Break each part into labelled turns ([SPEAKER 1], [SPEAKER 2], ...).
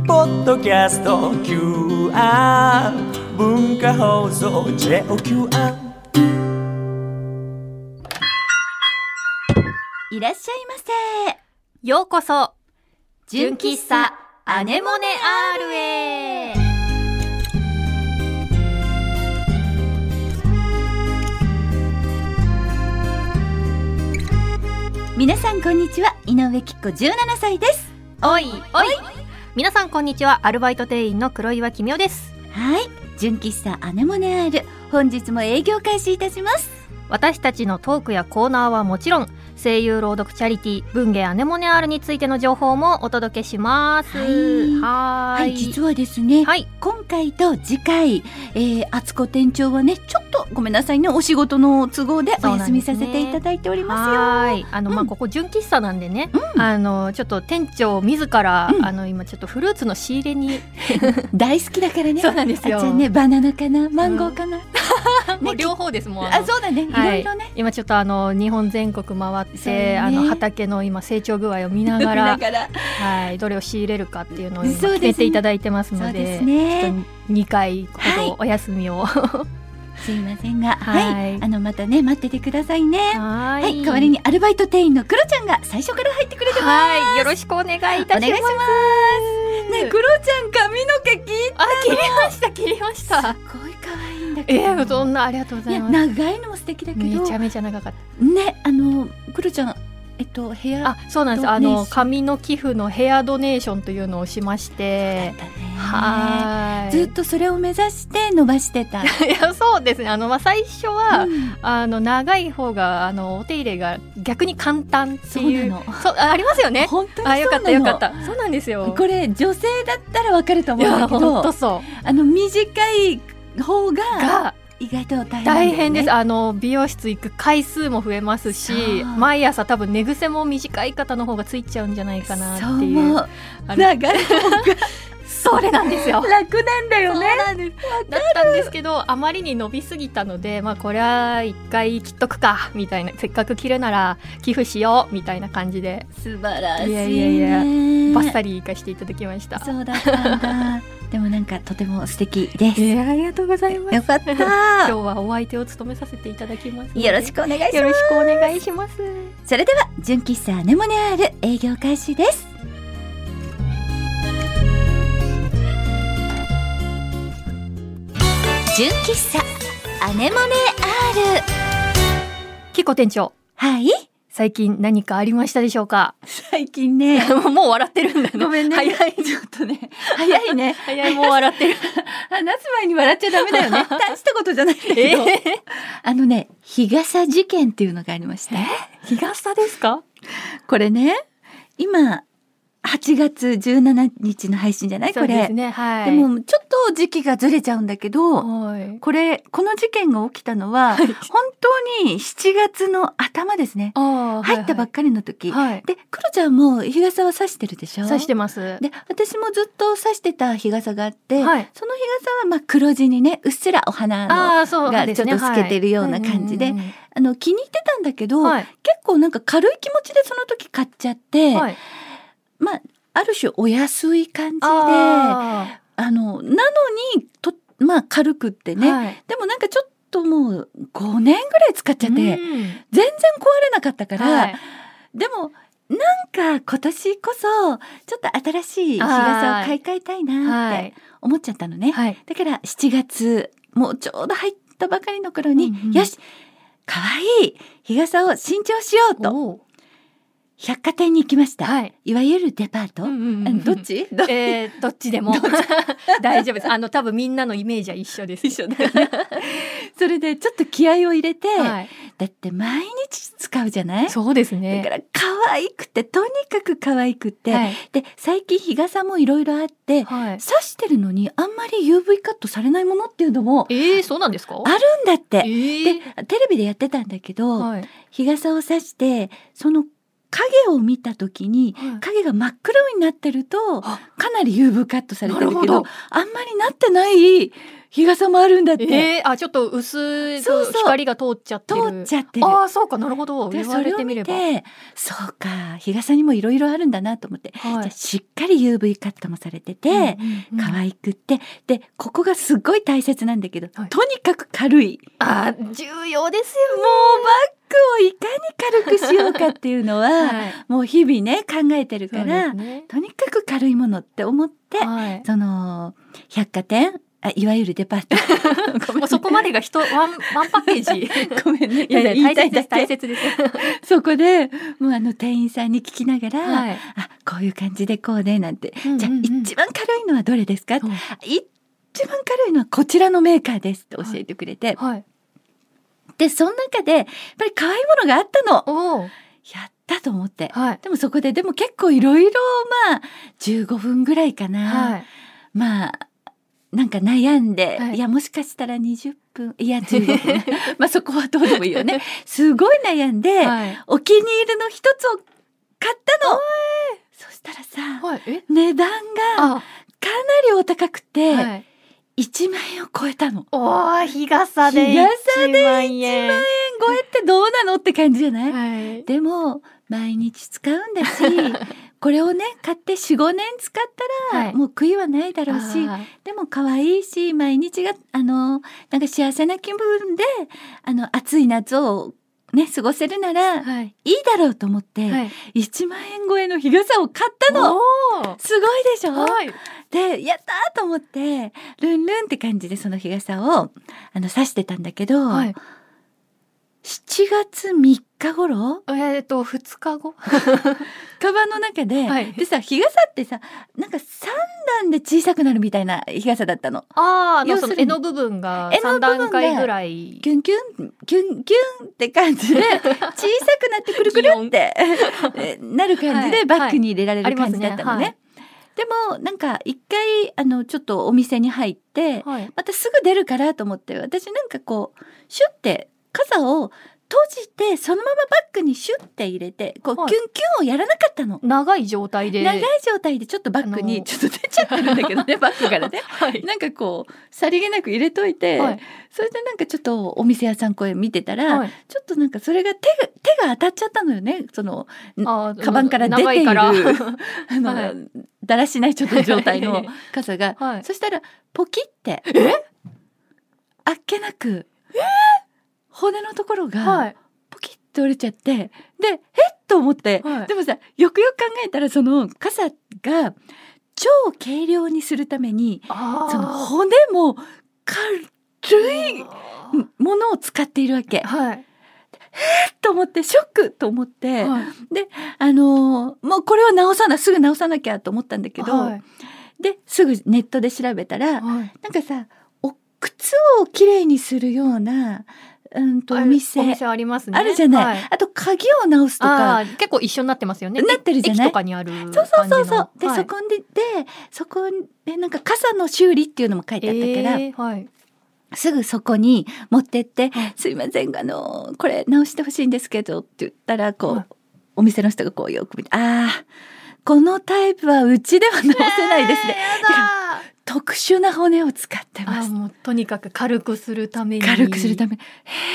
[SPEAKER 1] キャスト QR 文化放送 JOQR
[SPEAKER 2] いらっしゃいませ
[SPEAKER 3] ようこそ
[SPEAKER 2] 純喫茶アネモネ R へ皆さんこんにちは井上貴子17歳です
[SPEAKER 3] おいおい皆さんこんにちはアルバイト店員の黒岩きみおです
[SPEAKER 2] はい純喫茶アネモネ R 本日も営業開始いたします
[SPEAKER 3] 私たちのトークやコーナーはもちろん声優朗読チャリティー文芸アネモネアールについての情報もお届けします
[SPEAKER 2] はい
[SPEAKER 3] は
[SPEAKER 2] は
[SPEAKER 3] ー
[SPEAKER 2] い、
[SPEAKER 3] い
[SPEAKER 2] 実はですね、
[SPEAKER 3] はい
[SPEAKER 2] 今回と次回、えー、厚子店長はね、ちょっとごめんなさいね、お仕事の都合でお
[SPEAKER 3] そうな
[SPEAKER 2] 休
[SPEAKER 3] んですね
[SPEAKER 2] みさせていただいておりますよ。
[SPEAKER 3] はーいあの、ま
[SPEAKER 2] う
[SPEAKER 3] あ
[SPEAKER 2] ん
[SPEAKER 3] ここ純喫茶なんでね、
[SPEAKER 2] うん
[SPEAKER 3] あのちょっと店長自ら、
[SPEAKER 2] うん
[SPEAKER 3] あの今ちょっとフルーツの仕入れに
[SPEAKER 2] 大好きだからね。
[SPEAKER 3] そうなんですよ
[SPEAKER 2] あじゃあね、バナナかな、マンゴーかな。
[SPEAKER 3] もう両方ですもうあ
[SPEAKER 2] あ、
[SPEAKER 3] の
[SPEAKER 2] そうだね、いろ
[SPEAKER 3] はい
[SPEAKER 2] いろね。
[SPEAKER 3] 今ちょっとあの日本全国回っ
[SPEAKER 2] そう
[SPEAKER 3] て、
[SPEAKER 2] ね
[SPEAKER 3] あの畑の今成長具合を見な
[SPEAKER 2] だ
[SPEAKER 3] が
[SPEAKER 2] から
[SPEAKER 3] ら、 はい、どれを仕入れるかっていうのを今
[SPEAKER 2] そうですね
[SPEAKER 3] 決めていただいてます
[SPEAKER 2] そ
[SPEAKER 3] の
[SPEAKER 2] うで
[SPEAKER 3] です
[SPEAKER 2] ね。
[SPEAKER 3] ちょっと2回ほどお休みを、 は
[SPEAKER 2] すいませんが、
[SPEAKER 3] はい
[SPEAKER 2] はい、あの、またね、待っててくださいね。
[SPEAKER 3] ーい
[SPEAKER 2] はい、代わりにアルバイト店員のクロちゃんが最初から入ってくれてます。
[SPEAKER 3] はいよろしくお願いい
[SPEAKER 2] お
[SPEAKER 3] たし
[SPEAKER 2] 願いし
[SPEAKER 3] ま
[SPEAKER 2] ますす。ね、クロちゃん髪の毛切っ
[SPEAKER 3] あ切りました切り ました
[SPEAKER 2] すっごい可愛いんだけ
[SPEAKER 3] え
[SPEAKER 2] ど。
[SPEAKER 3] ー、そんなありがとうご
[SPEAKER 2] い
[SPEAKER 3] ざい
[SPEAKER 2] や
[SPEAKER 3] ます
[SPEAKER 2] 長いのも素敵だけ
[SPEAKER 3] め
[SPEAKER 2] ど
[SPEAKER 3] ちゃめちゃ長かった
[SPEAKER 2] ねあのクロちゃんえっと部屋
[SPEAKER 3] あそうなんです
[SPEAKER 2] ドネ
[SPEAKER 3] あ
[SPEAKER 2] ーション
[SPEAKER 3] の紙の寄付のヘアドネーションというのをしまし
[SPEAKER 2] だ
[SPEAKER 3] て
[SPEAKER 2] ったね
[SPEAKER 3] はーい
[SPEAKER 2] ずっとそれを目指して伸ばしてた、
[SPEAKER 3] いやそうですねあの、まあ、最初は、
[SPEAKER 2] うん
[SPEAKER 3] あの長い方があのお手入れが逆に簡単って
[SPEAKER 2] そう
[SPEAKER 3] い
[SPEAKER 2] な
[SPEAKER 3] う
[SPEAKER 2] の
[SPEAKER 3] そうあありますよね
[SPEAKER 2] 本当にそうなの
[SPEAKER 3] あよかったよかったそうなんですよ
[SPEAKER 2] これ女性だったらわかると
[SPEAKER 3] い
[SPEAKER 2] 思うん
[SPEAKER 3] や
[SPEAKER 2] だけ
[SPEAKER 3] 本
[SPEAKER 2] ど
[SPEAKER 3] 当そ
[SPEAKER 2] あの短い方
[SPEAKER 3] う
[SPEAKER 2] が
[SPEAKER 3] が
[SPEAKER 2] 意外と大変なんだよね
[SPEAKER 3] 大変です、あの美容室行く回数も増えますし
[SPEAKER 2] そう
[SPEAKER 3] 毎朝多分寝癖も短い方の方がついちゃうんじゃないかな
[SPEAKER 2] そう
[SPEAKER 3] っていう
[SPEAKER 2] 思う
[SPEAKER 3] あの
[SPEAKER 2] 長い方が
[SPEAKER 3] それなんですよ
[SPEAKER 2] 楽なんだよね
[SPEAKER 3] だったんですけどあまりに伸びすぎたのでまあこれは一回切っとくかみたいなせっかく切るなら寄付しようみたいな感じで
[SPEAKER 2] 素晴らしいね
[SPEAKER 3] いやいやいやバッサ
[SPEAKER 2] リ
[SPEAKER 3] リ行かしていただきました
[SPEAKER 2] そうだったんだでもなんかとても素敵です
[SPEAKER 3] えーありがとうございます
[SPEAKER 2] よかった。
[SPEAKER 3] 今日はお相手を務めさせていただきますので
[SPEAKER 2] よろしくお願いします。
[SPEAKER 3] よろしくお願いします
[SPEAKER 2] それでは、純喫茶アネモネアール営業開始です。純喫茶アネモネアール。
[SPEAKER 3] キコ店長
[SPEAKER 2] はい。
[SPEAKER 3] 最近何かありましたでしょうか
[SPEAKER 2] 最近 ね。
[SPEAKER 3] もう笑ってるんだ
[SPEAKER 2] ごめんね。
[SPEAKER 3] 早い
[SPEAKER 2] ちょっとね。早いね。
[SPEAKER 3] 早いもう笑ってる
[SPEAKER 2] 話す前に笑っちゃダメだよね。 大したことじゃないんだけど。
[SPEAKER 3] え
[SPEAKER 2] あのね、日傘事件っていうのがありまして。
[SPEAKER 3] 日傘ですか
[SPEAKER 2] これね、今、8月17日の配信じゃないこ
[SPEAKER 3] そう
[SPEAKER 2] れ。
[SPEAKER 3] ですねは
[SPEAKER 2] で
[SPEAKER 3] い
[SPEAKER 2] もちょっと時期がずれちゃうんだけど、
[SPEAKER 3] はい
[SPEAKER 2] これ、この事件が起きたのは、
[SPEAKER 3] はい
[SPEAKER 2] 本当に7月の頭ですね。
[SPEAKER 3] あー
[SPEAKER 2] 入ったばっかりの時。
[SPEAKER 3] はい
[SPEAKER 2] で、クロちゃんも日傘は差してるでしょ
[SPEAKER 3] 刺してます
[SPEAKER 2] で、私もずっと差してた日傘があって、
[SPEAKER 3] はい
[SPEAKER 2] その日傘はまあ黒地にね、うっすらお花の、あ
[SPEAKER 3] あーそう
[SPEAKER 2] が
[SPEAKER 3] ですね
[SPEAKER 2] ちょっと透けてるような感じで
[SPEAKER 3] はいうんうん
[SPEAKER 2] の、気に入ってたんだけ
[SPEAKER 3] う
[SPEAKER 2] ど、
[SPEAKER 3] んはい
[SPEAKER 2] 結構なんか軽い気持ちでその時買っちゃって、
[SPEAKER 3] はい
[SPEAKER 2] まあ、ある種お安い感じで、あ
[SPEAKER 3] あ
[SPEAKER 2] の、なのに、と、まあ軽くって
[SPEAKER 3] ー
[SPEAKER 2] ね、
[SPEAKER 3] はい
[SPEAKER 2] でもなんかちょっともう5年ぐらい使っちゃって、全
[SPEAKER 3] うん
[SPEAKER 2] 然壊れなかったから、
[SPEAKER 3] はい
[SPEAKER 2] でもなんか今年こそちょっと新しい日傘を買い替えたいなっ
[SPEAKER 3] は
[SPEAKER 2] て
[SPEAKER 3] い
[SPEAKER 2] 思っちゃったのね。
[SPEAKER 3] はい
[SPEAKER 2] だから7月もうちょうど入ったばかりの頃に、
[SPEAKER 3] うんうん
[SPEAKER 2] よし可愛い日傘を新調しようと
[SPEAKER 3] おー
[SPEAKER 2] 百貨店に行きました。い、
[SPEAKER 3] はい
[SPEAKER 2] わゆるデパート、
[SPEAKER 3] うんうんうん
[SPEAKER 2] どっちど
[SPEAKER 3] えー、どっちでも 大丈夫です。あの多分みんなのイメージは一緒です。一緒だよね。
[SPEAKER 2] それでちょっと気合を入れて、
[SPEAKER 3] はい。
[SPEAKER 2] だって毎日使うじゃない
[SPEAKER 3] そうです
[SPEAKER 2] だか
[SPEAKER 3] ね。
[SPEAKER 2] ら可愛くてとにかく可愛くて、
[SPEAKER 3] はい。
[SPEAKER 2] で最近日傘もいろいろあって
[SPEAKER 3] はい
[SPEAKER 2] 刺。してるのにあんまり UV カットされないものっていうのも
[SPEAKER 3] えー、そうなんですか？
[SPEAKER 2] あるんだっ
[SPEAKER 3] え
[SPEAKER 2] て。で
[SPEAKER 3] ー、
[SPEAKER 2] テレビでやってたんだけど、
[SPEAKER 3] はい。はい
[SPEAKER 2] 日傘を差してその影を見た時に影が真っ黒になってると
[SPEAKER 3] あ
[SPEAKER 2] かなり UV カットされてるけ
[SPEAKER 3] なる
[SPEAKER 2] ど
[SPEAKER 3] ほど
[SPEAKER 2] あんまりなってない日日傘もあるんだって、
[SPEAKER 3] えー、あちょっと薄い
[SPEAKER 2] そうそう
[SPEAKER 3] 光が通っちゃってる
[SPEAKER 2] 通っちゃってる
[SPEAKER 3] ああそうかなるほど
[SPEAKER 2] で
[SPEAKER 3] 言
[SPEAKER 2] そ
[SPEAKER 3] われ
[SPEAKER 2] れを
[SPEAKER 3] てみ
[SPEAKER 2] 見
[SPEAKER 3] れば
[SPEAKER 2] てそうか日傘にもいろいろあるんだなと思って、
[SPEAKER 3] は
[SPEAKER 2] じゃあしっかり UV カットもされてて、
[SPEAKER 3] うんうんうん
[SPEAKER 2] 可愛くってでここがすごい大切なんだけど、
[SPEAKER 3] はい
[SPEAKER 2] とにかく軽い
[SPEAKER 3] あー重要です
[SPEAKER 2] も
[SPEAKER 3] よ
[SPEAKER 2] うバッグをいかに軽くしようかっていうのは、
[SPEAKER 3] はい
[SPEAKER 2] もう日々ね考えてる
[SPEAKER 3] そ
[SPEAKER 2] か
[SPEAKER 3] うで
[SPEAKER 2] ら、
[SPEAKER 3] すね
[SPEAKER 2] とにかく軽いものって思って、
[SPEAKER 3] はい
[SPEAKER 2] その百貨店あいわゆるデパートごめん
[SPEAKER 3] もうそこまでが人ワンワンパッケージ
[SPEAKER 2] ごめんね
[SPEAKER 3] いやいや
[SPEAKER 2] 言
[SPEAKER 3] 大
[SPEAKER 2] いたい
[SPEAKER 3] 切で
[SPEAKER 2] だ
[SPEAKER 3] す大
[SPEAKER 2] け
[SPEAKER 3] 切です。
[SPEAKER 2] そこでもうあの店員さんに聞きながら、
[SPEAKER 3] はい。
[SPEAKER 2] あこういう感じでこうでなんて、じゃあ
[SPEAKER 3] うんうんうん
[SPEAKER 2] 一番軽いのはどれですかって
[SPEAKER 3] そう
[SPEAKER 2] 一番軽いのはこちらのメーカーですって教えてくれて、
[SPEAKER 3] はい。
[SPEAKER 2] でその中でやっぱり可愛いものがあったの
[SPEAKER 3] おお。
[SPEAKER 2] やった と思って
[SPEAKER 3] はい。
[SPEAKER 2] でもそこででも結構いろいろまあ15分ぐらいかな、
[SPEAKER 3] はい。
[SPEAKER 2] まあなんか悩んで、、
[SPEAKER 3] はいい
[SPEAKER 2] やもしかしたら20分いや15分 まあそこはどうでもいいよねすごい悩んで、
[SPEAKER 3] はい。
[SPEAKER 2] お気に入りの一つを買ったのそしたらさ
[SPEAKER 3] はい。え？
[SPEAKER 2] 値段がかな
[SPEAKER 3] あ、
[SPEAKER 2] りお高くて、
[SPEAKER 3] はい。
[SPEAKER 2] 1万円を超えたの。
[SPEAKER 3] おお、日傘で
[SPEAKER 2] 日傘
[SPEAKER 3] 1万
[SPEAKER 2] 1
[SPEAKER 3] 円。
[SPEAKER 2] 万円超えってどうなのって感じじゃない、
[SPEAKER 3] はい。
[SPEAKER 2] でも毎日使うんだし これをね買って45年使ったら、
[SPEAKER 3] はい
[SPEAKER 2] もう悔いはないだろうし
[SPEAKER 3] あー
[SPEAKER 2] でも可愛いし毎日があのなんか幸せな気分であの暑い夏をね過ごせるならい
[SPEAKER 3] はい。
[SPEAKER 2] いだろうと思って、
[SPEAKER 3] はい。
[SPEAKER 2] 1万円超えの日傘を買ったの
[SPEAKER 3] お
[SPEAKER 2] すごいでしょ、
[SPEAKER 3] お。はい。
[SPEAKER 2] でやったーと思ってルンルンって感じでその日傘をあの差してたんだけど、
[SPEAKER 3] はい。
[SPEAKER 2] 7月3日頃
[SPEAKER 3] えっと二日後。
[SPEAKER 2] カバンの中で、
[SPEAKER 3] はい
[SPEAKER 2] でさ日傘ってさなんか3段で小さくなるみたいな日傘だったの
[SPEAKER 3] あーあの
[SPEAKER 2] 要す
[SPEAKER 3] そ
[SPEAKER 2] るに
[SPEAKER 3] の絵の部分が
[SPEAKER 2] 絵の部分
[SPEAKER 3] 三
[SPEAKER 2] が
[SPEAKER 3] 段階ぐらい。
[SPEAKER 2] ギュンギュンギュンギュンって感じで小さくなってくるくるってえなる感じ
[SPEAKER 3] は
[SPEAKER 2] で
[SPEAKER 3] い
[SPEAKER 2] バッグに入れられ
[SPEAKER 3] はい
[SPEAKER 2] る
[SPEAKER 3] ありま
[SPEAKER 2] 感
[SPEAKER 3] す
[SPEAKER 2] じ
[SPEAKER 3] ね
[SPEAKER 2] だったのね。
[SPEAKER 3] は
[SPEAKER 2] でもなんか一回あのちょっとお店に入って
[SPEAKER 3] はい。
[SPEAKER 2] またすぐ出るからと思って私なんかこうシュッて傘を閉じてそのままバッグにシュッて入れてこう、
[SPEAKER 3] はい
[SPEAKER 2] キュンキュンをやらなかったの。
[SPEAKER 3] 長い状態で。
[SPEAKER 2] 長い状態でちょっとバッグ
[SPEAKER 3] あ
[SPEAKER 2] に
[SPEAKER 3] の
[SPEAKER 2] ちょっと出ちゃってるんだけど ねバッグからね
[SPEAKER 3] はい。
[SPEAKER 2] なんかこうさりげなく入れといて、
[SPEAKER 3] はい。
[SPEAKER 2] それでなんかちょっとお店屋さんこれ見てたら、
[SPEAKER 3] はい。
[SPEAKER 2] ちょっとなんかそれが手が手が当たっちゃったのよねその
[SPEAKER 3] あー
[SPEAKER 2] カバンから出ている
[SPEAKER 3] 長いから
[SPEAKER 2] あの、
[SPEAKER 3] はい
[SPEAKER 2] だらしないち ょっと状態の傘が
[SPEAKER 3] はい。
[SPEAKER 2] そしたらポキってあっけなく骨のところ
[SPEAKER 3] は
[SPEAKER 2] が
[SPEAKER 3] い。
[SPEAKER 2] ポキって折れちゃって、でえっと思って、
[SPEAKER 3] はい
[SPEAKER 2] でもさよくよく考えたらその傘が超軽量にするために
[SPEAKER 3] ああ。
[SPEAKER 2] その骨も軽いものを使っているわけ。
[SPEAKER 3] はい。
[SPEAKER 2] と思ってショックと思って、
[SPEAKER 3] はい。
[SPEAKER 2] あのーもうこれは直さなすぐ直さなきゃと思ったんだけど、
[SPEAKER 3] はい。
[SPEAKER 2] ですぐネットで調べたら、
[SPEAKER 3] はい
[SPEAKER 2] なんかさお靴をきれいにするようなうんとお店
[SPEAKER 3] あお店ありますね。
[SPEAKER 2] あるじゃない、
[SPEAKER 3] は
[SPEAKER 2] あと鍵を直すと
[SPEAKER 3] あ
[SPEAKER 2] か
[SPEAKER 3] あー結構一緒になってますよね。
[SPEAKER 2] なってるじゃない
[SPEAKER 3] 駅とかにある感じ
[SPEAKER 2] そ
[SPEAKER 3] の。
[SPEAKER 2] うそうそうそうで、
[SPEAKER 3] はい
[SPEAKER 2] そこででそこでなんか傘の修理っていうのも書いてあったから、
[SPEAKER 3] えーはい。
[SPEAKER 2] すぐそこに持ってって
[SPEAKER 3] はい
[SPEAKER 2] 「すいませんあのこれ直してほしいんですけど」って言ったらこう、
[SPEAKER 3] はい
[SPEAKER 2] お店の人がこうよく見て「ああこのタイプはうちでは直せないですね
[SPEAKER 3] えー やだー」
[SPEAKER 2] 特殊な骨を使ってま
[SPEAKER 3] あー
[SPEAKER 2] す。
[SPEAKER 3] もうとにかく軽くするために。
[SPEAKER 2] 軽くするた
[SPEAKER 3] め。
[SPEAKER 2] め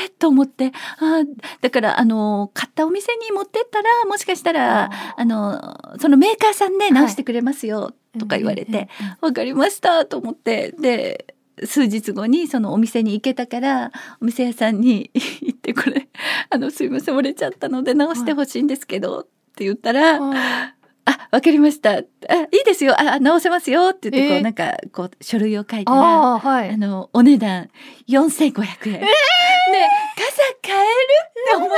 [SPEAKER 2] えー、と思ってあーだからあの買ったお店に持ってったらもしかしたらあのそのメーカーさんで直してくれますよとか言われて、わかりましたと思ってで数日後にそのお店に行けたからお店屋さんに 行ってこれあのすいません折れちゃったので直してほしいんですけど、って言ったら「
[SPEAKER 3] あ
[SPEAKER 2] あわかりましたあいいですよあ直せますよ」って言ってこう、
[SPEAKER 3] えー
[SPEAKER 2] なんかこう書類を書いたら
[SPEAKER 3] あーは
[SPEAKER 2] あ
[SPEAKER 3] い。
[SPEAKER 2] のお値段4500円。ね傘買えるって思って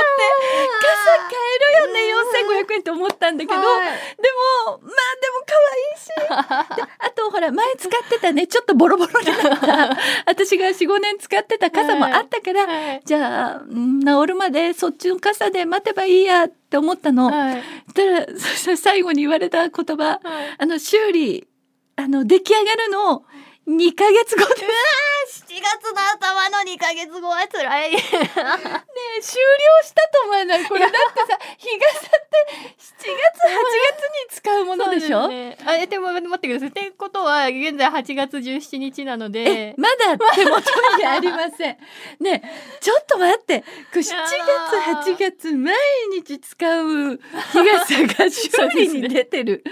[SPEAKER 2] 傘買えるよね4500円って思ったんだけど、
[SPEAKER 3] はい
[SPEAKER 2] でもまあでも可愛いしであとほら前使ってたねちょっとボロボロになった私が45年使ってた傘もあったから、
[SPEAKER 3] はい
[SPEAKER 2] じゃあうん治るまでそっちの傘で待てばいいやって思ったの。
[SPEAKER 3] はい
[SPEAKER 2] たらそしたら最後に言われた言葉
[SPEAKER 3] はい
[SPEAKER 2] あの修理あの出来上がるの2ヶ月後で
[SPEAKER 3] 7月の頭の2ヶ月後は辛い。
[SPEAKER 2] ね終了したと思わないこれだってさ日傘って7月8月に使うものでしょでしょ
[SPEAKER 3] ね、あえでも待ってください。ってことは現在8月17日なの
[SPEAKER 2] え
[SPEAKER 3] で、
[SPEAKER 2] まだ手元にありま せん。ねえちょっと待って、こう7月
[SPEAKER 3] あー
[SPEAKER 2] 8月毎日使う日傘が
[SPEAKER 3] そう
[SPEAKER 2] 修
[SPEAKER 3] で
[SPEAKER 2] 理
[SPEAKER 3] すね
[SPEAKER 2] に出てる。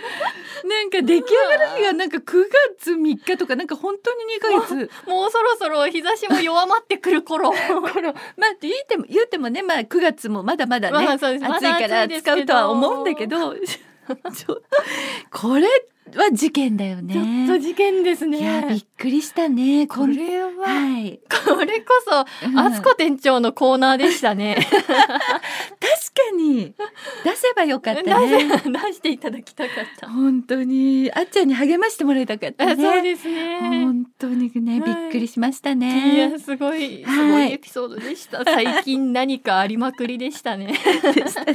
[SPEAKER 2] なんか出来上がる日がなんか9月3日とかなんか本当に2ヶ月。
[SPEAKER 3] もうそろそろ日差しも弱まってく る頃。
[SPEAKER 2] まあ言っても言ってもねまあ9月もまだまだね、
[SPEAKER 3] まあそうですま
[SPEAKER 2] 暑い
[SPEAKER 3] だ
[SPEAKER 2] から
[SPEAKER 3] です
[SPEAKER 2] 使うとは思うんだけど ちょこれは事件だよ
[SPEAKER 3] ちょっと
[SPEAKER 2] ね。
[SPEAKER 3] 事件ですね。
[SPEAKER 2] いやびっくりしたね。こ
[SPEAKER 3] こ
[SPEAKER 2] ん
[SPEAKER 3] れは、
[SPEAKER 2] はい。
[SPEAKER 3] これこそ、
[SPEAKER 2] うん
[SPEAKER 3] あつこ店長のコーナーでしたね。
[SPEAKER 2] 確かに出せばよかった
[SPEAKER 3] なぜ
[SPEAKER 2] ね。
[SPEAKER 3] 出していただきたかった。
[SPEAKER 2] 本当にあっちゃんに励ましてもらいたかったね。
[SPEAKER 3] あそうですね。
[SPEAKER 2] 本当にね
[SPEAKER 3] は
[SPEAKER 2] び
[SPEAKER 3] い
[SPEAKER 2] っくりしました
[SPEAKER 3] い
[SPEAKER 2] ね。
[SPEAKER 3] やすごい
[SPEAKER 2] はい
[SPEAKER 3] すごいエピソードでした。最近何かありまくりでした
[SPEAKER 2] で
[SPEAKER 3] ね。
[SPEAKER 2] したね。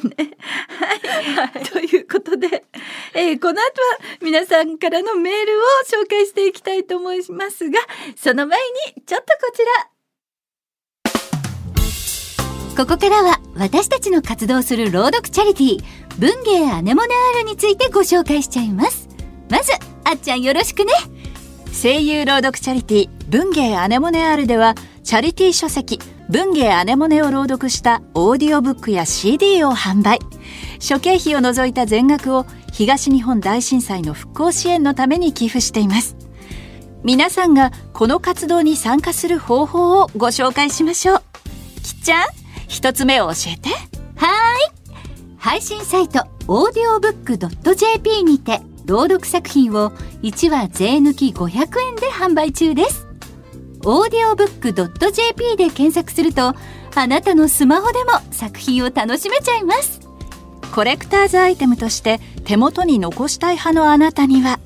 [SPEAKER 2] はい、ということで、えーこの後は皆さんからのメールを紹介していきたいと思いますがその前にちょっとこち
[SPEAKER 4] ここからは私たちの活動する朗読チャリティー文芸アネモネアールについてご紹介しちゃいますまずあっちゃんよろしくね声優朗読チャリティー文芸アネモネアールではチャリティー書籍文芸アネモネを朗読したオーディオブックや CD を販売諸経費を除いた全額を東日本大震災の復興支援のために寄付しています皆さんがこの活動に参加する方法をご紹介しましょうきっちゃん一つ目を教えて
[SPEAKER 5] 配信サイトオーディオブック .jp にて朗読作品を1話税抜き500円で販売中ですオーディオブック .jp で検索するとあなたのスマホでも作品を楽しめちゃいます
[SPEAKER 4] コレクターズアイテムとして手元に残したい派のあなたには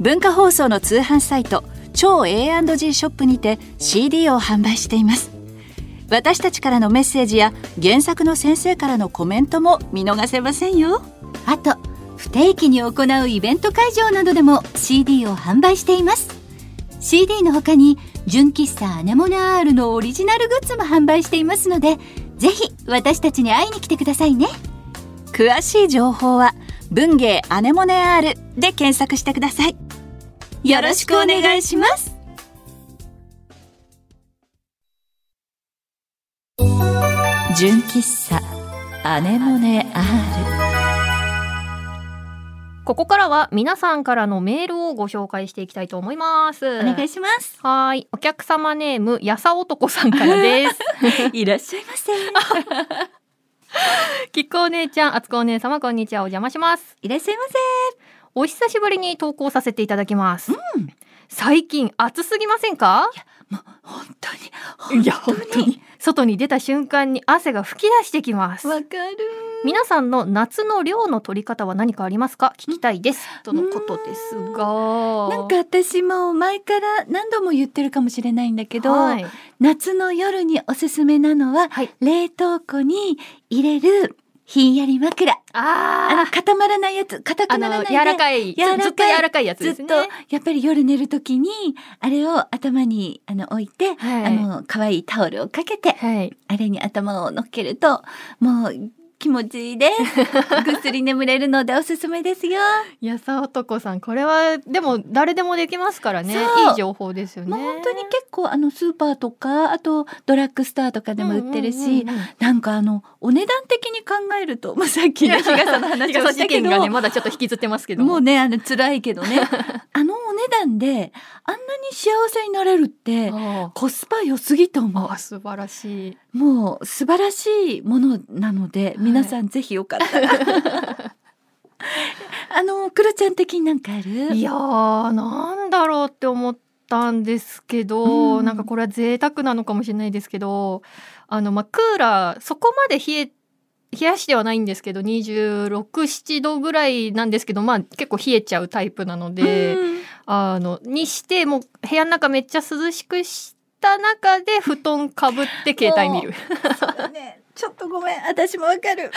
[SPEAKER 4] 文化放送の通販サイト超 A&G ショップにて CD を販売しています私たちからのメッセージや原作の先生からのコメントも見逃せませんよ
[SPEAKER 5] あと不定期に行うイベント会場などでも CD を販売しています CD の他に純喫茶アネモネアールのオリジナルグッズも販売していますのでぜひ私たちに会いに来てくださいね
[SPEAKER 4] 詳しい情報は文芸アネモネ R で検索してくださいよろしくお願いします純喫茶アネモネ R
[SPEAKER 3] ここからは皆さんからのメールをご紹介していきたいと思います。お
[SPEAKER 2] らお願いします。
[SPEAKER 3] はーい、お客様ネームやさ男さんからです。
[SPEAKER 2] いらっしゃいませ。
[SPEAKER 3] きっこお姉ちゃん、あつこお姉様、こんにちは。お邪魔します。
[SPEAKER 2] いらっしゃいま
[SPEAKER 3] お久しぶりに投稿させていただきます。最近暑すぎませんか
[SPEAKER 2] せ。本当に
[SPEAKER 3] いや本当に外に出た瞬間に汗が噴き出してきます
[SPEAKER 2] わかる。
[SPEAKER 3] 皆さんの夏の量の取り方は何かありますか聞きたいですとのことですが
[SPEAKER 2] なんか私も前から何度も言ってるかもしれないんだけど、
[SPEAKER 3] はい
[SPEAKER 2] 夏の夜におすすめなのは、
[SPEAKER 3] はい
[SPEAKER 2] 冷凍庫に入れるひんやり枕。あの
[SPEAKER 3] あ
[SPEAKER 2] 固まらないやつ、固
[SPEAKER 3] あ
[SPEAKER 2] くなら
[SPEAKER 3] の
[SPEAKER 2] ないで。
[SPEAKER 3] 柔らかい
[SPEAKER 2] 柔らかい
[SPEAKER 3] ずっと柔らかいやつ
[SPEAKER 2] ず
[SPEAKER 3] で
[SPEAKER 2] っ
[SPEAKER 3] す
[SPEAKER 2] と
[SPEAKER 3] ね
[SPEAKER 2] やっぱり夜寝るときにあれを頭にあの置いて、
[SPEAKER 3] はい
[SPEAKER 2] あの可愛いタオルをかけて
[SPEAKER 3] はい
[SPEAKER 2] あれに頭を乗っけるともう気持ちいい です。ぐっすり眠れるのでおすすめですよ。
[SPEAKER 3] やさ男さんこれはでも誰でもできますからね
[SPEAKER 2] そう
[SPEAKER 3] いい情報ですよね
[SPEAKER 2] もう本当に結構あのスーパーとかあとドラッグストアとかでも売ってるし、
[SPEAKER 3] うんうんうんうん
[SPEAKER 2] なんかあのお値段的に考えると、まあ、さっき ね日傘の話をした
[SPEAKER 3] 事
[SPEAKER 2] け
[SPEAKER 3] 件
[SPEAKER 2] ど
[SPEAKER 3] がねまだちょっと引きずってますけど
[SPEAKER 2] もう
[SPEAKER 3] も
[SPEAKER 2] ねあの辛いけどね あのお値段であんなに幸せになれるって
[SPEAKER 3] あ
[SPEAKER 2] コスパ良すぎと思
[SPEAKER 3] あ素晴らしいう
[SPEAKER 2] もう素晴らしいものなので、皆さんぜひよかったら あのクロちゃん的になんかある
[SPEAKER 3] いやーなんだろうって思ったんですけど、
[SPEAKER 2] うん
[SPEAKER 3] なんかこれは贅沢なのかもしれないですけどあのまあクーラーそこまで冷え冷やしてはないんですけど267度ぐらいなんですけどまあ結構冷えちゃうタイプなので、
[SPEAKER 2] うん
[SPEAKER 3] あのにしてもう部屋の中めっちゃ涼しくした中で布団かぶって携帯 見る
[SPEAKER 2] そうだねちょっとごめん私もわかる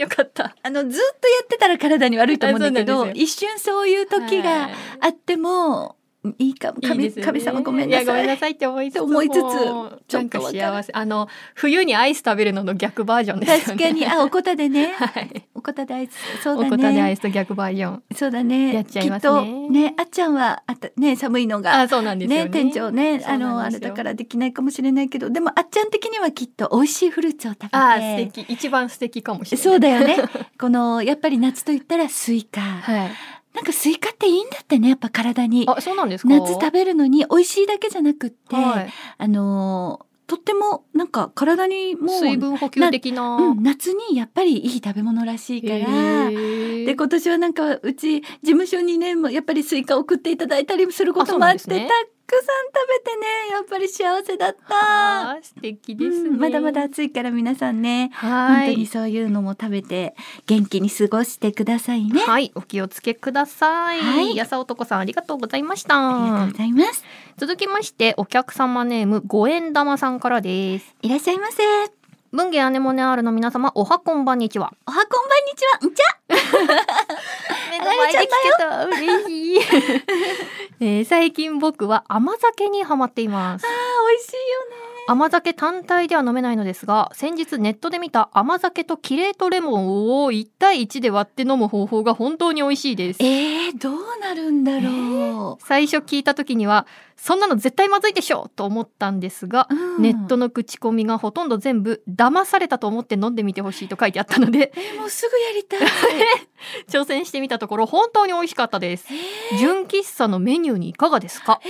[SPEAKER 3] よかった
[SPEAKER 2] あのずっとやってたら体に悪いと思うんだけ
[SPEAKER 3] あそう
[SPEAKER 2] ど
[SPEAKER 3] なんです
[SPEAKER 2] 一瞬そういう時が
[SPEAKER 3] はい
[SPEAKER 2] あってもいいかも
[SPEAKER 3] いい
[SPEAKER 2] 神
[SPEAKER 3] ですね
[SPEAKER 2] 神様ごめんないさ
[SPEAKER 3] やごめん
[SPEAKER 2] い
[SPEAKER 3] なさいって思いつつも
[SPEAKER 2] 思いつつちょ
[SPEAKER 3] な
[SPEAKER 2] っ
[SPEAKER 3] ん
[SPEAKER 2] と
[SPEAKER 3] か
[SPEAKER 2] わかる
[SPEAKER 3] 幸せあの冬にアイス食べるのの逆バージョンです
[SPEAKER 2] 確
[SPEAKER 3] よね
[SPEAKER 2] かに あおこたでね
[SPEAKER 3] はい
[SPEAKER 2] おこたでアイスそう
[SPEAKER 3] お
[SPEAKER 2] だ
[SPEAKER 3] こたでアイ
[SPEAKER 2] ね
[SPEAKER 3] スと逆バージョン
[SPEAKER 2] そうだね
[SPEAKER 3] やっちゃいます
[SPEAKER 2] きっ
[SPEAKER 3] ね
[SPEAKER 2] とねあっちゃんはあったね寒いのが
[SPEAKER 3] あそうなんですよ
[SPEAKER 2] ね
[SPEAKER 3] ね
[SPEAKER 2] 店長ね
[SPEAKER 3] そ
[SPEAKER 2] あ
[SPEAKER 3] う
[SPEAKER 2] のあ
[SPEAKER 3] なん
[SPEAKER 2] れ
[SPEAKER 3] ですよ
[SPEAKER 2] だからできないかもしれないけどでもあっちゃん的にはきっと美味しいフルーツを食べて
[SPEAKER 3] あ素敵一番素敵かもしれない
[SPEAKER 2] そうだよねこのやっぱり夏と言ったらスイカ、
[SPEAKER 3] はい
[SPEAKER 2] なんかスイカっていいんだってねやっぱ体に
[SPEAKER 3] あそうなんですか
[SPEAKER 2] 夏食べるのに美味しいだけじゃなくって、
[SPEAKER 3] はい
[SPEAKER 2] あのーとってもなんか体にもう
[SPEAKER 3] 水分補給的な、
[SPEAKER 2] うん、夏にやっぱりいい食べ物らしいから。で今年はなんかうち事務所にねもうやっぱりスイカ送っていただいたりするこ
[SPEAKER 3] あそ
[SPEAKER 2] と
[SPEAKER 3] う
[SPEAKER 2] もあ
[SPEAKER 3] な
[SPEAKER 2] っ
[SPEAKER 3] ん
[SPEAKER 2] て
[SPEAKER 3] ですね
[SPEAKER 2] たくさん食べてねやっぱり幸せだった、
[SPEAKER 3] あー素敵ですね、
[SPEAKER 2] うんまだまだ暑いから皆さんね
[SPEAKER 3] は
[SPEAKER 2] 本
[SPEAKER 3] い
[SPEAKER 2] 当にそういうのも食べて元気に過ごしてくださいね。
[SPEAKER 3] はいお気をつけください、
[SPEAKER 2] はい
[SPEAKER 3] やさおとこさんありがとうございまし
[SPEAKER 2] ありがと
[SPEAKER 3] た
[SPEAKER 2] うございます。
[SPEAKER 3] 続きましてお客様ネーム五円玉さんからです
[SPEAKER 2] いらっしゃいませ。
[SPEAKER 3] 文芸アネモネアールの皆様おはこんばんにちは
[SPEAKER 2] おはこんばんにちは。んちゃ
[SPEAKER 3] 目の前で聞けた嬉しい、えー最近僕は甘酒にハマっています
[SPEAKER 2] 美味しいよね。
[SPEAKER 3] 甘酒単体では飲めないのですが先日ネットで見た甘酒とキレートレモンを1対1で割って飲む方法が本当に美味しいです
[SPEAKER 2] えー、どうなるんだろ
[SPEAKER 3] 最初聞いた時にはそんなの絶対まずいでしょと思ったんですが
[SPEAKER 2] う。
[SPEAKER 3] ネットの口コミがほとんど全部騙されたと思って飲んでみてほしいと書いてあったので
[SPEAKER 2] えもうすぐやりたい。
[SPEAKER 3] 挑戦してみたところ本当に美味しかったです純喫茶のメニューにいかがですか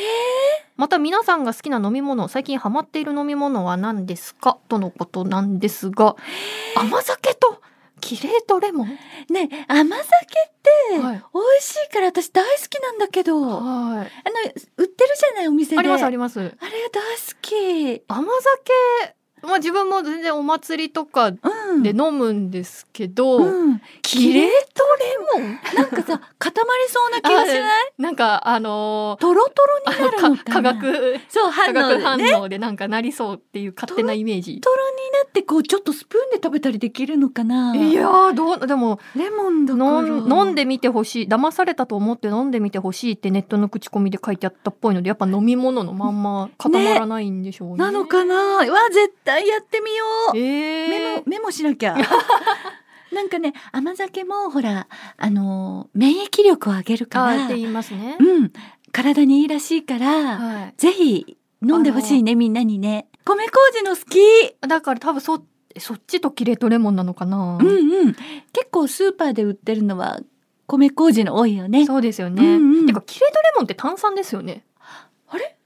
[SPEAKER 3] また皆さんが好きな飲み物最近ハマっている飲み物は何ですかとのことなんですが甘酒とキレートレモン
[SPEAKER 2] ね甘酒って美
[SPEAKER 3] は
[SPEAKER 2] 味
[SPEAKER 3] い
[SPEAKER 2] しいから私大好きなんだけど、あの
[SPEAKER 3] は
[SPEAKER 2] 売ってるじゃないお店で。
[SPEAKER 3] いありますあ
[SPEAKER 2] あれ
[SPEAKER 3] ります
[SPEAKER 2] 大好き。
[SPEAKER 3] 甘酒まあ自分も全然お祭りとかで
[SPEAKER 2] うん。
[SPEAKER 3] 飲むんですけど、
[SPEAKER 2] うん、キレートレモンなんか さ固まりそうな気がしない
[SPEAKER 3] なんかあの
[SPEAKER 2] トロト
[SPEAKER 3] ー
[SPEAKER 2] ロになる
[SPEAKER 3] あの
[SPEAKER 2] の
[SPEAKER 3] か
[SPEAKER 2] か
[SPEAKER 3] 化
[SPEAKER 2] な
[SPEAKER 3] 学
[SPEAKER 2] そう反
[SPEAKER 3] 化
[SPEAKER 2] 応で
[SPEAKER 3] 学
[SPEAKER 2] ね
[SPEAKER 3] 反応でなんかなりそうっていう勝手なイメージ。
[SPEAKER 2] トロになってこうちょっとスプーンで食べたりできるのかない
[SPEAKER 3] やーどうでも
[SPEAKER 2] レモンだから
[SPEAKER 3] 飲ん飲んでみてほしい騙されたと思って飲んでみてほしいってネットの口コミで書いてあったっぽいのでやっぱ飲み物のまんま固まらないんでしょうね。
[SPEAKER 2] なのかなわ絶対やってみよう、
[SPEAKER 3] え
[SPEAKER 2] メ
[SPEAKER 3] ー
[SPEAKER 2] モ、メモしなきゃ なんかね甘酒もほらあのー免疫力を上げるか
[SPEAKER 3] あ
[SPEAKER 2] ら
[SPEAKER 3] ーって言いますね。
[SPEAKER 2] うん体にいいらしいから、
[SPEAKER 3] はい
[SPEAKER 2] ぜひ飲んでほしいねみんなにね米麹の好き
[SPEAKER 3] だから多分そそっちとキレートレモンなのかな。
[SPEAKER 2] うんうん結構スーパーで売ってるのは米麹の多いよね
[SPEAKER 3] そうですよね。
[SPEAKER 2] うんうん
[SPEAKER 3] てかキレートレモンって炭酸ですよね。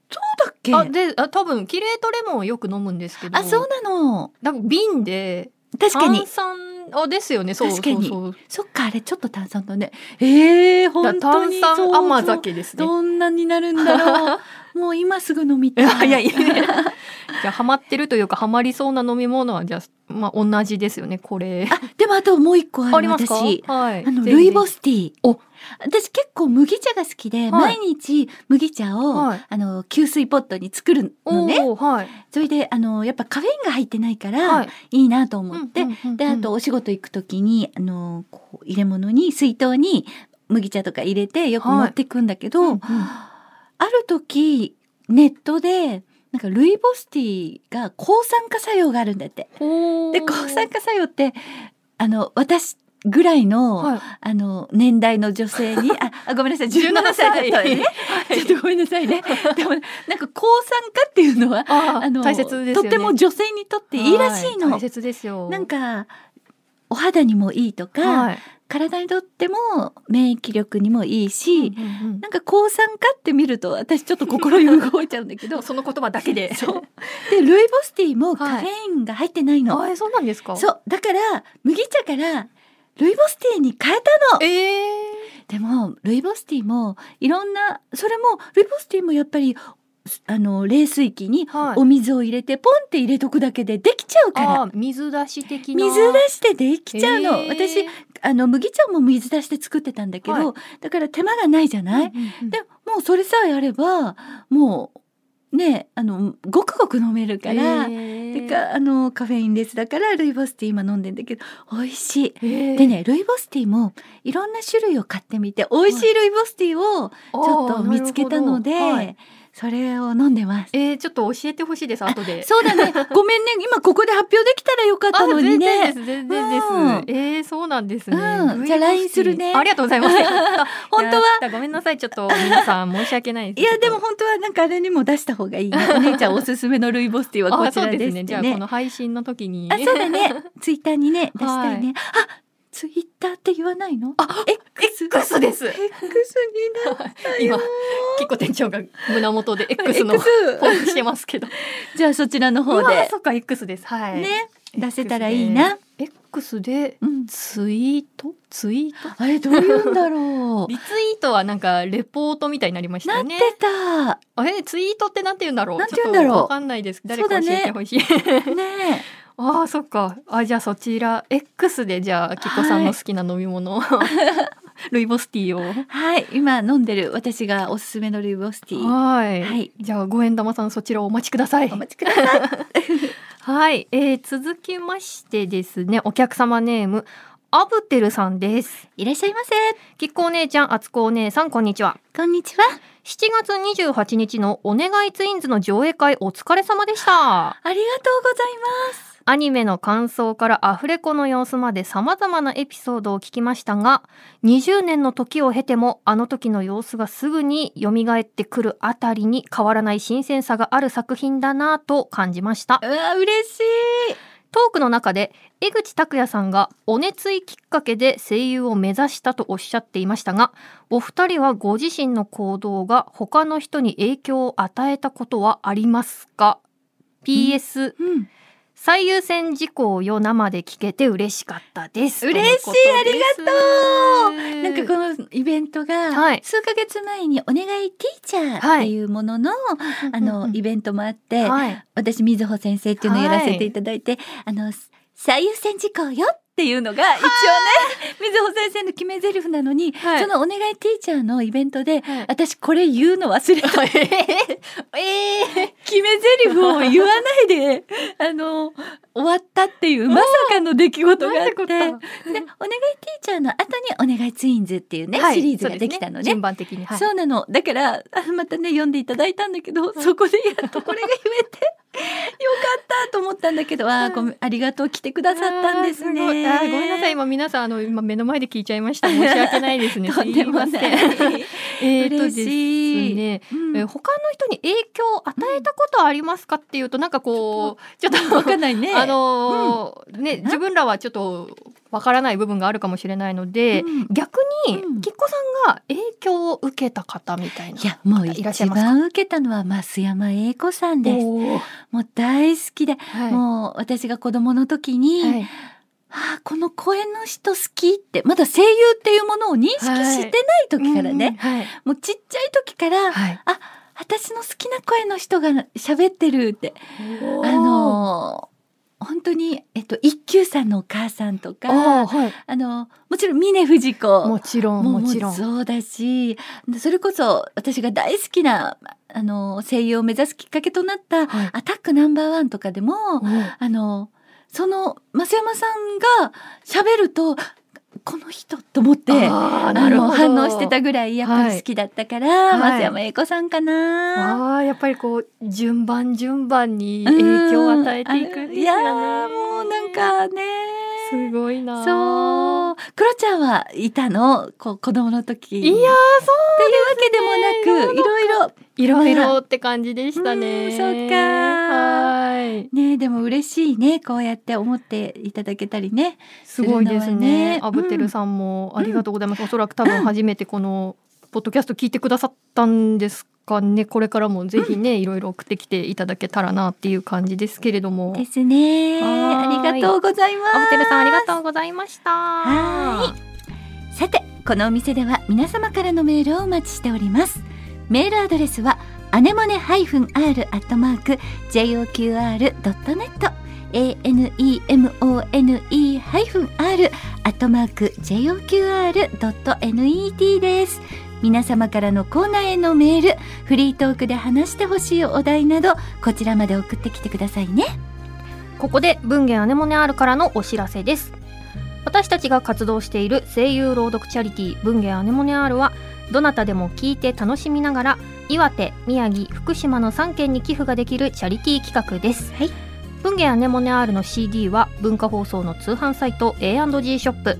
[SPEAKER 2] そうだっけ
[SPEAKER 3] あであ多分キレートレモンをよく飲むんですけど。
[SPEAKER 2] あそうなの
[SPEAKER 3] なんか瓶で
[SPEAKER 2] 確かに
[SPEAKER 3] 炭酸あですよね。そう
[SPEAKER 2] 確かに
[SPEAKER 3] そうそう
[SPEAKER 2] そっかあれちょっと炭酸だね。ええー、
[SPEAKER 3] だ
[SPEAKER 2] 本
[SPEAKER 3] から
[SPEAKER 2] 当に
[SPEAKER 3] 炭酸甘酒ですね。
[SPEAKER 2] どんなになるんだろう。 もう今すぐ飲みたい。
[SPEAKER 3] 早 いじゃあハマってるというかハマりそうな飲み物はじゃあまあ同じですよねこれ。
[SPEAKER 2] あでもあともう一個ある
[SPEAKER 3] ありますか？
[SPEAKER 2] 私
[SPEAKER 3] はい。
[SPEAKER 2] あの
[SPEAKER 3] ぜひぜ
[SPEAKER 2] ル
[SPEAKER 3] ひ
[SPEAKER 2] イボスティー。
[SPEAKER 3] お
[SPEAKER 2] 私結構麦茶が好きで、毎日麦茶を、
[SPEAKER 3] はい
[SPEAKER 2] あの給水ポットに作るのね。
[SPEAKER 3] おーはい
[SPEAKER 2] それであのやっぱカフェインが入ってないか
[SPEAKER 3] は
[SPEAKER 2] ら
[SPEAKER 3] い。
[SPEAKER 2] いいなと思って、
[SPEAKER 3] うんうんうんうん
[SPEAKER 2] であとお仕事行く時にあのこう入れ物に水筒に麦茶とか入れてよく持ってくんだけど、
[SPEAKER 3] うん
[SPEAKER 2] ある時ネットでなんかルイボスティーが抗酸化作用があるんだって。
[SPEAKER 3] ほー
[SPEAKER 2] で抗酸化作用ってあの私ぐらいの,、
[SPEAKER 3] はい
[SPEAKER 2] あの年代の女性 にああごめんなさい17
[SPEAKER 3] 17
[SPEAKER 2] 歳
[SPEAKER 3] 歳
[SPEAKER 2] だったわ ね、
[SPEAKER 3] い
[SPEAKER 2] ちょっとごめんなさいねでもなんか抗酸化っていうのは
[SPEAKER 3] あ
[SPEAKER 2] あの
[SPEAKER 3] 大切ですよね。
[SPEAKER 2] とっても女性にとっていいらしいの。
[SPEAKER 3] は大切ですよ。
[SPEAKER 2] なんかお肌にもいいとか、
[SPEAKER 3] はい
[SPEAKER 2] 体にとっても免疫力にもいいし、
[SPEAKER 3] うんうんうん
[SPEAKER 2] なんか抗酸化って見ると私ちょっと心動いちゃうんだ けど
[SPEAKER 3] その言葉だけ で。
[SPEAKER 2] そうでルイボスティーもカフェインが入ってないの、
[SPEAKER 3] あえそうなんですか。
[SPEAKER 2] そうだから麦茶からルイボスティーに変えたの
[SPEAKER 3] ええ
[SPEAKER 2] でもルイボスティーもいろんなそれもルイボスティーもやっぱりあの冷水器に
[SPEAKER 3] はい
[SPEAKER 2] お水を入れてポンって入れとくだけでできちゃうから、
[SPEAKER 3] あー水出し的な。
[SPEAKER 2] 水出してできちゃうの、
[SPEAKER 3] えー
[SPEAKER 2] 私あの麦茶も水出して作ってたんだけど、
[SPEAKER 3] は
[SPEAKER 2] だから手間がないじゃない、
[SPEAKER 3] うんうんうん
[SPEAKER 2] でもうそれさえあればもうねあのごくごく飲めるから、
[SPEAKER 3] えー
[SPEAKER 2] でかあのカフェインレスだからルイボスティー今飲んでんだけど美味しい。
[SPEAKER 3] で
[SPEAKER 2] でねルイボスティーもいろんな種類を買ってみて美味しいルイボスティーをち
[SPEAKER 3] ち
[SPEAKER 2] ょっと見つけたので、
[SPEAKER 3] はい、
[SPEAKER 2] それを飲んでます。
[SPEAKER 3] えー、ちょっと教えてほしいです後で
[SPEAKER 2] そうだ ね。ごめんね。今ここで発表できたらよかったのに
[SPEAKER 3] あ全然
[SPEAKER 2] ね。
[SPEAKER 3] です全然です、
[SPEAKER 2] うん
[SPEAKER 3] えー、そうなんですね、
[SPEAKER 2] うん
[SPEAKER 3] グイ
[SPEAKER 2] じゃあ
[SPEAKER 3] グイ
[SPEAKER 2] LINE するね
[SPEAKER 3] ありがとうござ います
[SPEAKER 2] 本当は
[SPEAKER 3] やったごめんなさいちょっと皆さん申し訳ないで
[SPEAKER 2] い
[SPEAKER 3] す
[SPEAKER 2] やでも本当はなんかあれにも出した方がいいな。お姉ちゃんおすすめのルイボスティーはこ
[SPEAKER 3] あ
[SPEAKER 2] ち
[SPEAKER 3] そう
[SPEAKER 2] ら
[SPEAKER 3] で
[SPEAKER 2] ですす
[SPEAKER 3] ね
[SPEAKER 2] って
[SPEAKER 3] じゃあこ
[SPEAKER 2] ね。
[SPEAKER 3] の配信の時に
[SPEAKER 2] あそうだ ね。ツイッターにね出したいね。あツイッターって言わないの？あ X
[SPEAKER 3] X です
[SPEAKER 2] X になっ
[SPEAKER 3] 今結構店長が胸元で X の
[SPEAKER 2] X
[SPEAKER 3] ポーズしてますけど
[SPEAKER 2] じゃあそちらの方
[SPEAKER 3] うわ
[SPEAKER 2] で
[SPEAKER 3] そっか X ですはい
[SPEAKER 2] ね出せたらいいな。
[SPEAKER 3] X で
[SPEAKER 2] うん。
[SPEAKER 3] ツイートツイート
[SPEAKER 2] あれどういうんだろう。
[SPEAKER 3] リツイートはなんかレポートみたいになりま し
[SPEAKER 2] な
[SPEAKER 3] た
[SPEAKER 2] って
[SPEAKER 3] ね。
[SPEAKER 2] た。
[SPEAKER 3] あれツイートってなんて言うんだろう。
[SPEAKER 2] なんて言うんだろう
[SPEAKER 3] ちょっとわかんないです。誰か教えてほしい。
[SPEAKER 2] ね
[SPEAKER 3] ああそっか。あじゃあそちら X でじゃあきこさんの好きな飲み物を、ルイボスティーを。
[SPEAKER 2] はい今飲んでる私がおすすめのルイボスティー。
[SPEAKER 3] はい、
[SPEAKER 2] はい
[SPEAKER 3] じゃあ五円玉さんそちらをお待ちください
[SPEAKER 2] お。待ちください。
[SPEAKER 3] はい、えー、続きましてですねお客様ネームアブテルさんです。
[SPEAKER 2] いらっしゃいませ。
[SPEAKER 3] きっこお姉ちゃんあつこお姉さんこんにちは。
[SPEAKER 2] こんにちは。
[SPEAKER 3] 7月28日のお願いツインズの上映会お疲れ様でした。
[SPEAKER 2] ありがとうございます。
[SPEAKER 3] アニメの感想からアフレコの様子まで様々なエピソードを聞きましたが、20年の時を経てもあの時の様子がすぐに蘇ってくるあたりに変わらない新鮮さがある作品だなぁと感じました。
[SPEAKER 2] うわ嬉しい。
[SPEAKER 3] トークの中で江口拓也さんがお熱いきっかけで声優を目指したとおっしゃっていましたがお二人はご自身の行動が他の人に影響を与えたことはありますか ?PS
[SPEAKER 2] うん。
[SPEAKER 3] 最優先事項をよ生で聞けて嬉しかったです。
[SPEAKER 2] 嬉しい
[SPEAKER 3] とのことです
[SPEAKER 2] なんかこのイベントが、
[SPEAKER 3] はい
[SPEAKER 2] 数ヶ月前にお願いティーチャーっ
[SPEAKER 3] はい
[SPEAKER 2] ていうものの、あのイベントもあって、
[SPEAKER 3] はい
[SPEAKER 2] 私水穂先生っていうのをやらせていただいて、あの最優先事項よっていうのが一応ね、水穂先生の決め台詞なのに、
[SPEAKER 3] はい
[SPEAKER 2] そのお願いティーチャーのイベントで、
[SPEAKER 3] はい
[SPEAKER 2] 私これ言うの忘れ た。
[SPEAKER 3] えー
[SPEAKER 2] 決め台詞を言わない で、あの、終わったっていうまさかの出来事があ
[SPEAKER 3] な
[SPEAKER 2] っ
[SPEAKER 3] んて
[SPEAKER 2] て、
[SPEAKER 3] こ
[SPEAKER 2] で、お
[SPEAKER 3] と
[SPEAKER 2] 願いティーチャーの後にお願いツインズっていうね、
[SPEAKER 3] はい
[SPEAKER 2] シリーズ
[SPEAKER 3] そ
[SPEAKER 2] が
[SPEAKER 3] うす
[SPEAKER 2] できたのね。
[SPEAKER 3] 順番的に。はい
[SPEAKER 2] そうなの。だから、あまたね、読んでいただいたんだけど、そこでやっとこれが言え て、よかったと思ったんだけど、あーごめんありがとう、来てくださったんです
[SPEAKER 3] あーごい
[SPEAKER 2] ね。
[SPEAKER 3] あーごめんなさい、今皆さん、あの、今目の前で聞いちゃいました。申し訳ないです ね。
[SPEAKER 2] とんでもな
[SPEAKER 3] す
[SPEAKER 2] い
[SPEAKER 3] いません。えーとで
[SPEAKER 2] 嬉
[SPEAKER 3] す
[SPEAKER 2] しい
[SPEAKER 3] ね、
[SPEAKER 2] うん
[SPEAKER 3] えー他の人に影響を与えたことありますかっていうと、なんかこう、ちょっ と
[SPEAKER 2] わかんないね。
[SPEAKER 3] あのーね自分らはちょっとわからない部分があるかもしれないので、
[SPEAKER 2] うん
[SPEAKER 3] 逆に、
[SPEAKER 2] うん。
[SPEAKER 3] きっこさんが影響を受けた方みたいない
[SPEAKER 2] や、もう
[SPEAKER 3] いらっし
[SPEAKER 2] 一
[SPEAKER 3] ゃいますか
[SPEAKER 2] 番受けたのは、増山英子さんです。
[SPEAKER 3] おー
[SPEAKER 2] もう大好きで、
[SPEAKER 3] はい
[SPEAKER 2] もう私が子供の時に、
[SPEAKER 3] はい
[SPEAKER 2] ああ、この声の人好きって、まだ声優っていうものを認識してない時からね、
[SPEAKER 3] うんはい
[SPEAKER 2] もうちっちゃい時から、
[SPEAKER 3] はい
[SPEAKER 2] 私の好きな声の人が喋ってるって、あのー、本当に、えっと、一休さんのお母さんと
[SPEAKER 3] おー
[SPEAKER 2] か、
[SPEAKER 3] はい
[SPEAKER 2] あの、もちろん峰不二子。
[SPEAKER 3] もちろん
[SPEAKER 2] も
[SPEAKER 3] も
[SPEAKER 2] う
[SPEAKER 3] ちろん
[SPEAKER 2] そうだしそれこそ私が大好きなあの声優を目指すきっかけとなった「
[SPEAKER 3] はい
[SPEAKER 2] アタックナンバーワン」とかでも
[SPEAKER 3] おー
[SPEAKER 2] あのその増山さんが喋るとこの人と思ってあ
[SPEAKER 3] あーなるほ
[SPEAKER 2] の
[SPEAKER 3] ど
[SPEAKER 2] 反応してたぐらいやっぱり好きだったから、
[SPEAKER 3] はい
[SPEAKER 2] 増山英子さんかな。
[SPEAKER 3] あーやっぱりこう順番順番に影響を与えていくん
[SPEAKER 2] うん
[SPEAKER 3] ですよ
[SPEAKER 2] あい
[SPEAKER 3] ね
[SPEAKER 2] やーもうなんかね
[SPEAKER 3] すごいな
[SPEAKER 2] そうクロちゃんはいたのこう子供の時
[SPEAKER 3] いやー
[SPEAKER 2] っ
[SPEAKER 3] そ
[SPEAKER 2] ていうわけでもなく、いろいろ。
[SPEAKER 3] ういろいろって感じでしたね、
[SPEAKER 2] うんそっか
[SPEAKER 3] はーい
[SPEAKER 2] ねでも嬉しいね。こうやって思っていただけたりね。
[SPEAKER 3] すごいです
[SPEAKER 2] するのは
[SPEAKER 3] ね
[SPEAKER 2] ね。
[SPEAKER 3] アブテルさんもありがとうございます。おそらく多分初めてこのポッドキャスト聞いてくださったんですかね。これからもぜひね、いろいろ送ってきていただけたらなっていう感じですけれども。アブ
[SPEAKER 2] ですね。
[SPEAKER 3] はー
[SPEAKER 2] あ
[SPEAKER 3] い
[SPEAKER 2] りがとうございます。
[SPEAKER 3] テルさんありがとうございました。
[SPEAKER 2] は
[SPEAKER 4] さてこのお店では皆様からのメールをお待ちしておりますメールアドレスはアネモネ -r-joqr.net anemone-r-joqr.net です皆様からのコーナーへのメールフリートークで話してほしいお題などこちらまで送ってきてくださいね
[SPEAKER 3] ここで文芸アネモネ R からのお知らせです私たちが活動している声優朗読チャリティー文芸アネモネ R はどなたでも聞いて楽しみながら岩手宮城福島の3県に寄付ができるチャリティー企画です、
[SPEAKER 2] はい
[SPEAKER 3] 文芸アネモネ R の CD は文化放送の通販サイト A&G ショップ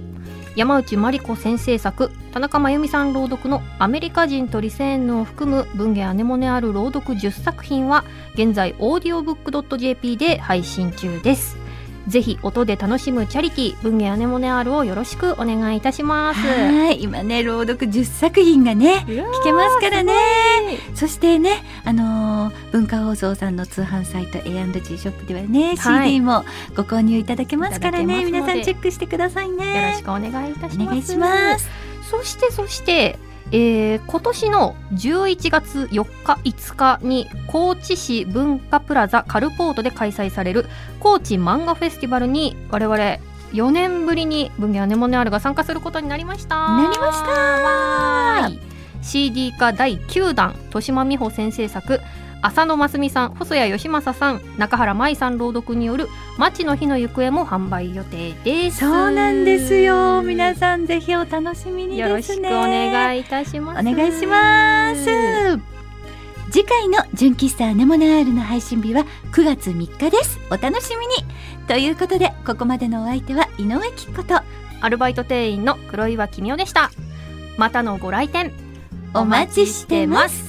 [SPEAKER 3] 山内真理子先生作田中真由美さん朗読の「アメリカ人とリセーヌ」を含む文芸アネモネ R 朗読10作品は現在オーディオブックドット JP で配信中ですぜひ音で楽しむチャリティー文芸アネモネ R をよろしくお願いいたします
[SPEAKER 2] はい今ね朗読10作品がね
[SPEAKER 3] いやー
[SPEAKER 2] 聞けますからねそしてねあのー文化放送さんの通販サイト A&G ショップではね、
[SPEAKER 3] はい
[SPEAKER 2] CD もご購入いただけますからね
[SPEAKER 3] いただけますので
[SPEAKER 2] 皆さんチェックしてくださいね
[SPEAKER 3] よろしくお願いいたします
[SPEAKER 2] お願いします
[SPEAKER 3] そしてそして、えー今年の11月4日5日に高知市文化プラザカルポートで開催される高知漫画フェスティバルに我々4年ぶりに文芸アネモネアルが参加することになりました
[SPEAKER 2] なりました
[SPEAKER 3] はい CD 化第9弾豊島美穂先生作浅野真澄さん細谷義正さん中原舞さん朗読による「町の日の行方」も販売予定です
[SPEAKER 2] そうなんですよ皆さんぜひお楽しみにですね
[SPEAKER 3] よろしくお願いいたします。
[SPEAKER 2] お願いします
[SPEAKER 5] 次回の純喫茶アネモネアールの配信日は9月3日ですお楽しみにということでここまでのお相手は井上貴子と
[SPEAKER 3] アルバイト店員の黒岩君代でした。またのご来店。
[SPEAKER 5] お待ちしてます